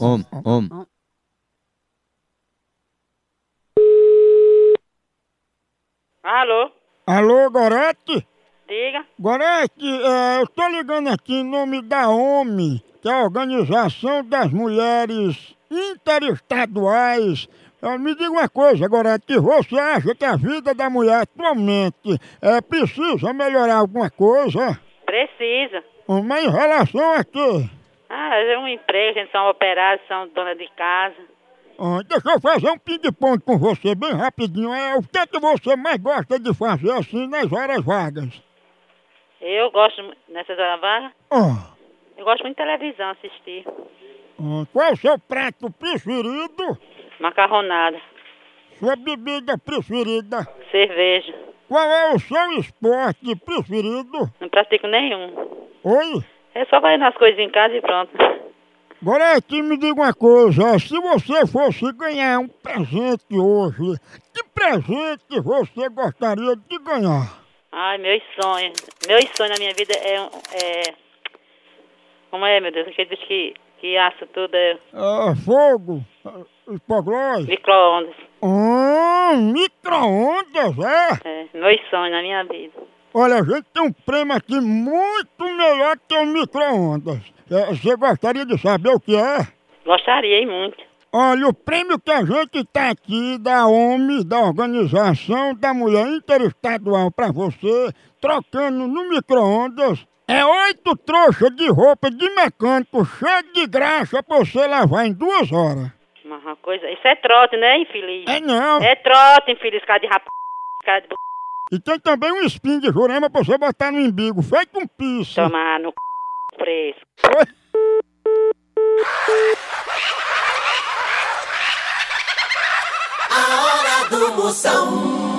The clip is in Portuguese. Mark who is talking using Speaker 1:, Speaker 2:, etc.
Speaker 1: Om, om, om.
Speaker 2: Alô?
Speaker 1: Alô, Gorete?
Speaker 2: Diga.
Speaker 1: Gorete, é, eu tô ligando aqui em nome da OMI, que é a Organização das Mulheres Interestaduais. Eh, me diga uma coisa, Gorete, você acha que a vida da mulher atualmente eh, precisa melhorar alguma coisa?
Speaker 2: Precisa.
Speaker 1: Mas em relação a quê?
Speaker 2: Ah, é um emprego, a gente são operários, são dona de casa.
Speaker 1: Ah, deixa eu fazer um ping-pong com você bem rapidinho. É, o que é que você mais gosta de fazer assim nas horas vagas?
Speaker 2: Eu gosto, mu- nessas horas vagas,
Speaker 1: Ah,
Speaker 2: eu gosto muito de televisão, assistir.
Speaker 1: ah, qual é o seu prato preferido?
Speaker 2: Macarronada,
Speaker 1: Sua bebida preferida?
Speaker 2: cerveja.
Speaker 1: Qual é o seu esporte preferido?
Speaker 2: Não pratico nenhum.
Speaker 1: Oi?
Speaker 2: É só fazendo as coisas em casa e pronto.
Speaker 1: Gorete, é me diga uma coisa. Se você fosse ganhar um presente hoje, que presente você gostaria de ganhar?
Speaker 2: Ai, meus sonhos. Meus sonhos na minha vida é... um- é... Como é, meu Deus? Aquele bicho que, que assa tudo é
Speaker 1: Ah, fogo? Ah, Hipoglós?
Speaker 2: micro-ondas.
Speaker 1: Ah, micro-ondas, é?
Speaker 2: É, meus sonhos na minha vida.
Speaker 1: Olha, a gente tem um prêmio aqui muito melhor que o micro-ondas. É, Você gostaria de saber o que é?
Speaker 2: Gostaria, hein, muito.
Speaker 1: Olha, o prêmio que a gente tá aqui da OMI, da Organização da Mulher Interestadual para você, trocando no micro-ondas, é oito trouxas de roupa de mecânico cheia de graxa pra você lavar em duas horas.
Speaker 2: Mas uma coisa... Isso é trote, né, infeliz?
Speaker 1: É não.
Speaker 2: É trote, infeliz, cara de rap... Cara de... b-
Speaker 1: E tem também um espinho de jurema pra você botar no umbigo, feito um piso.
Speaker 2: Tomar no c... preço.
Speaker 3: A hora do Moção.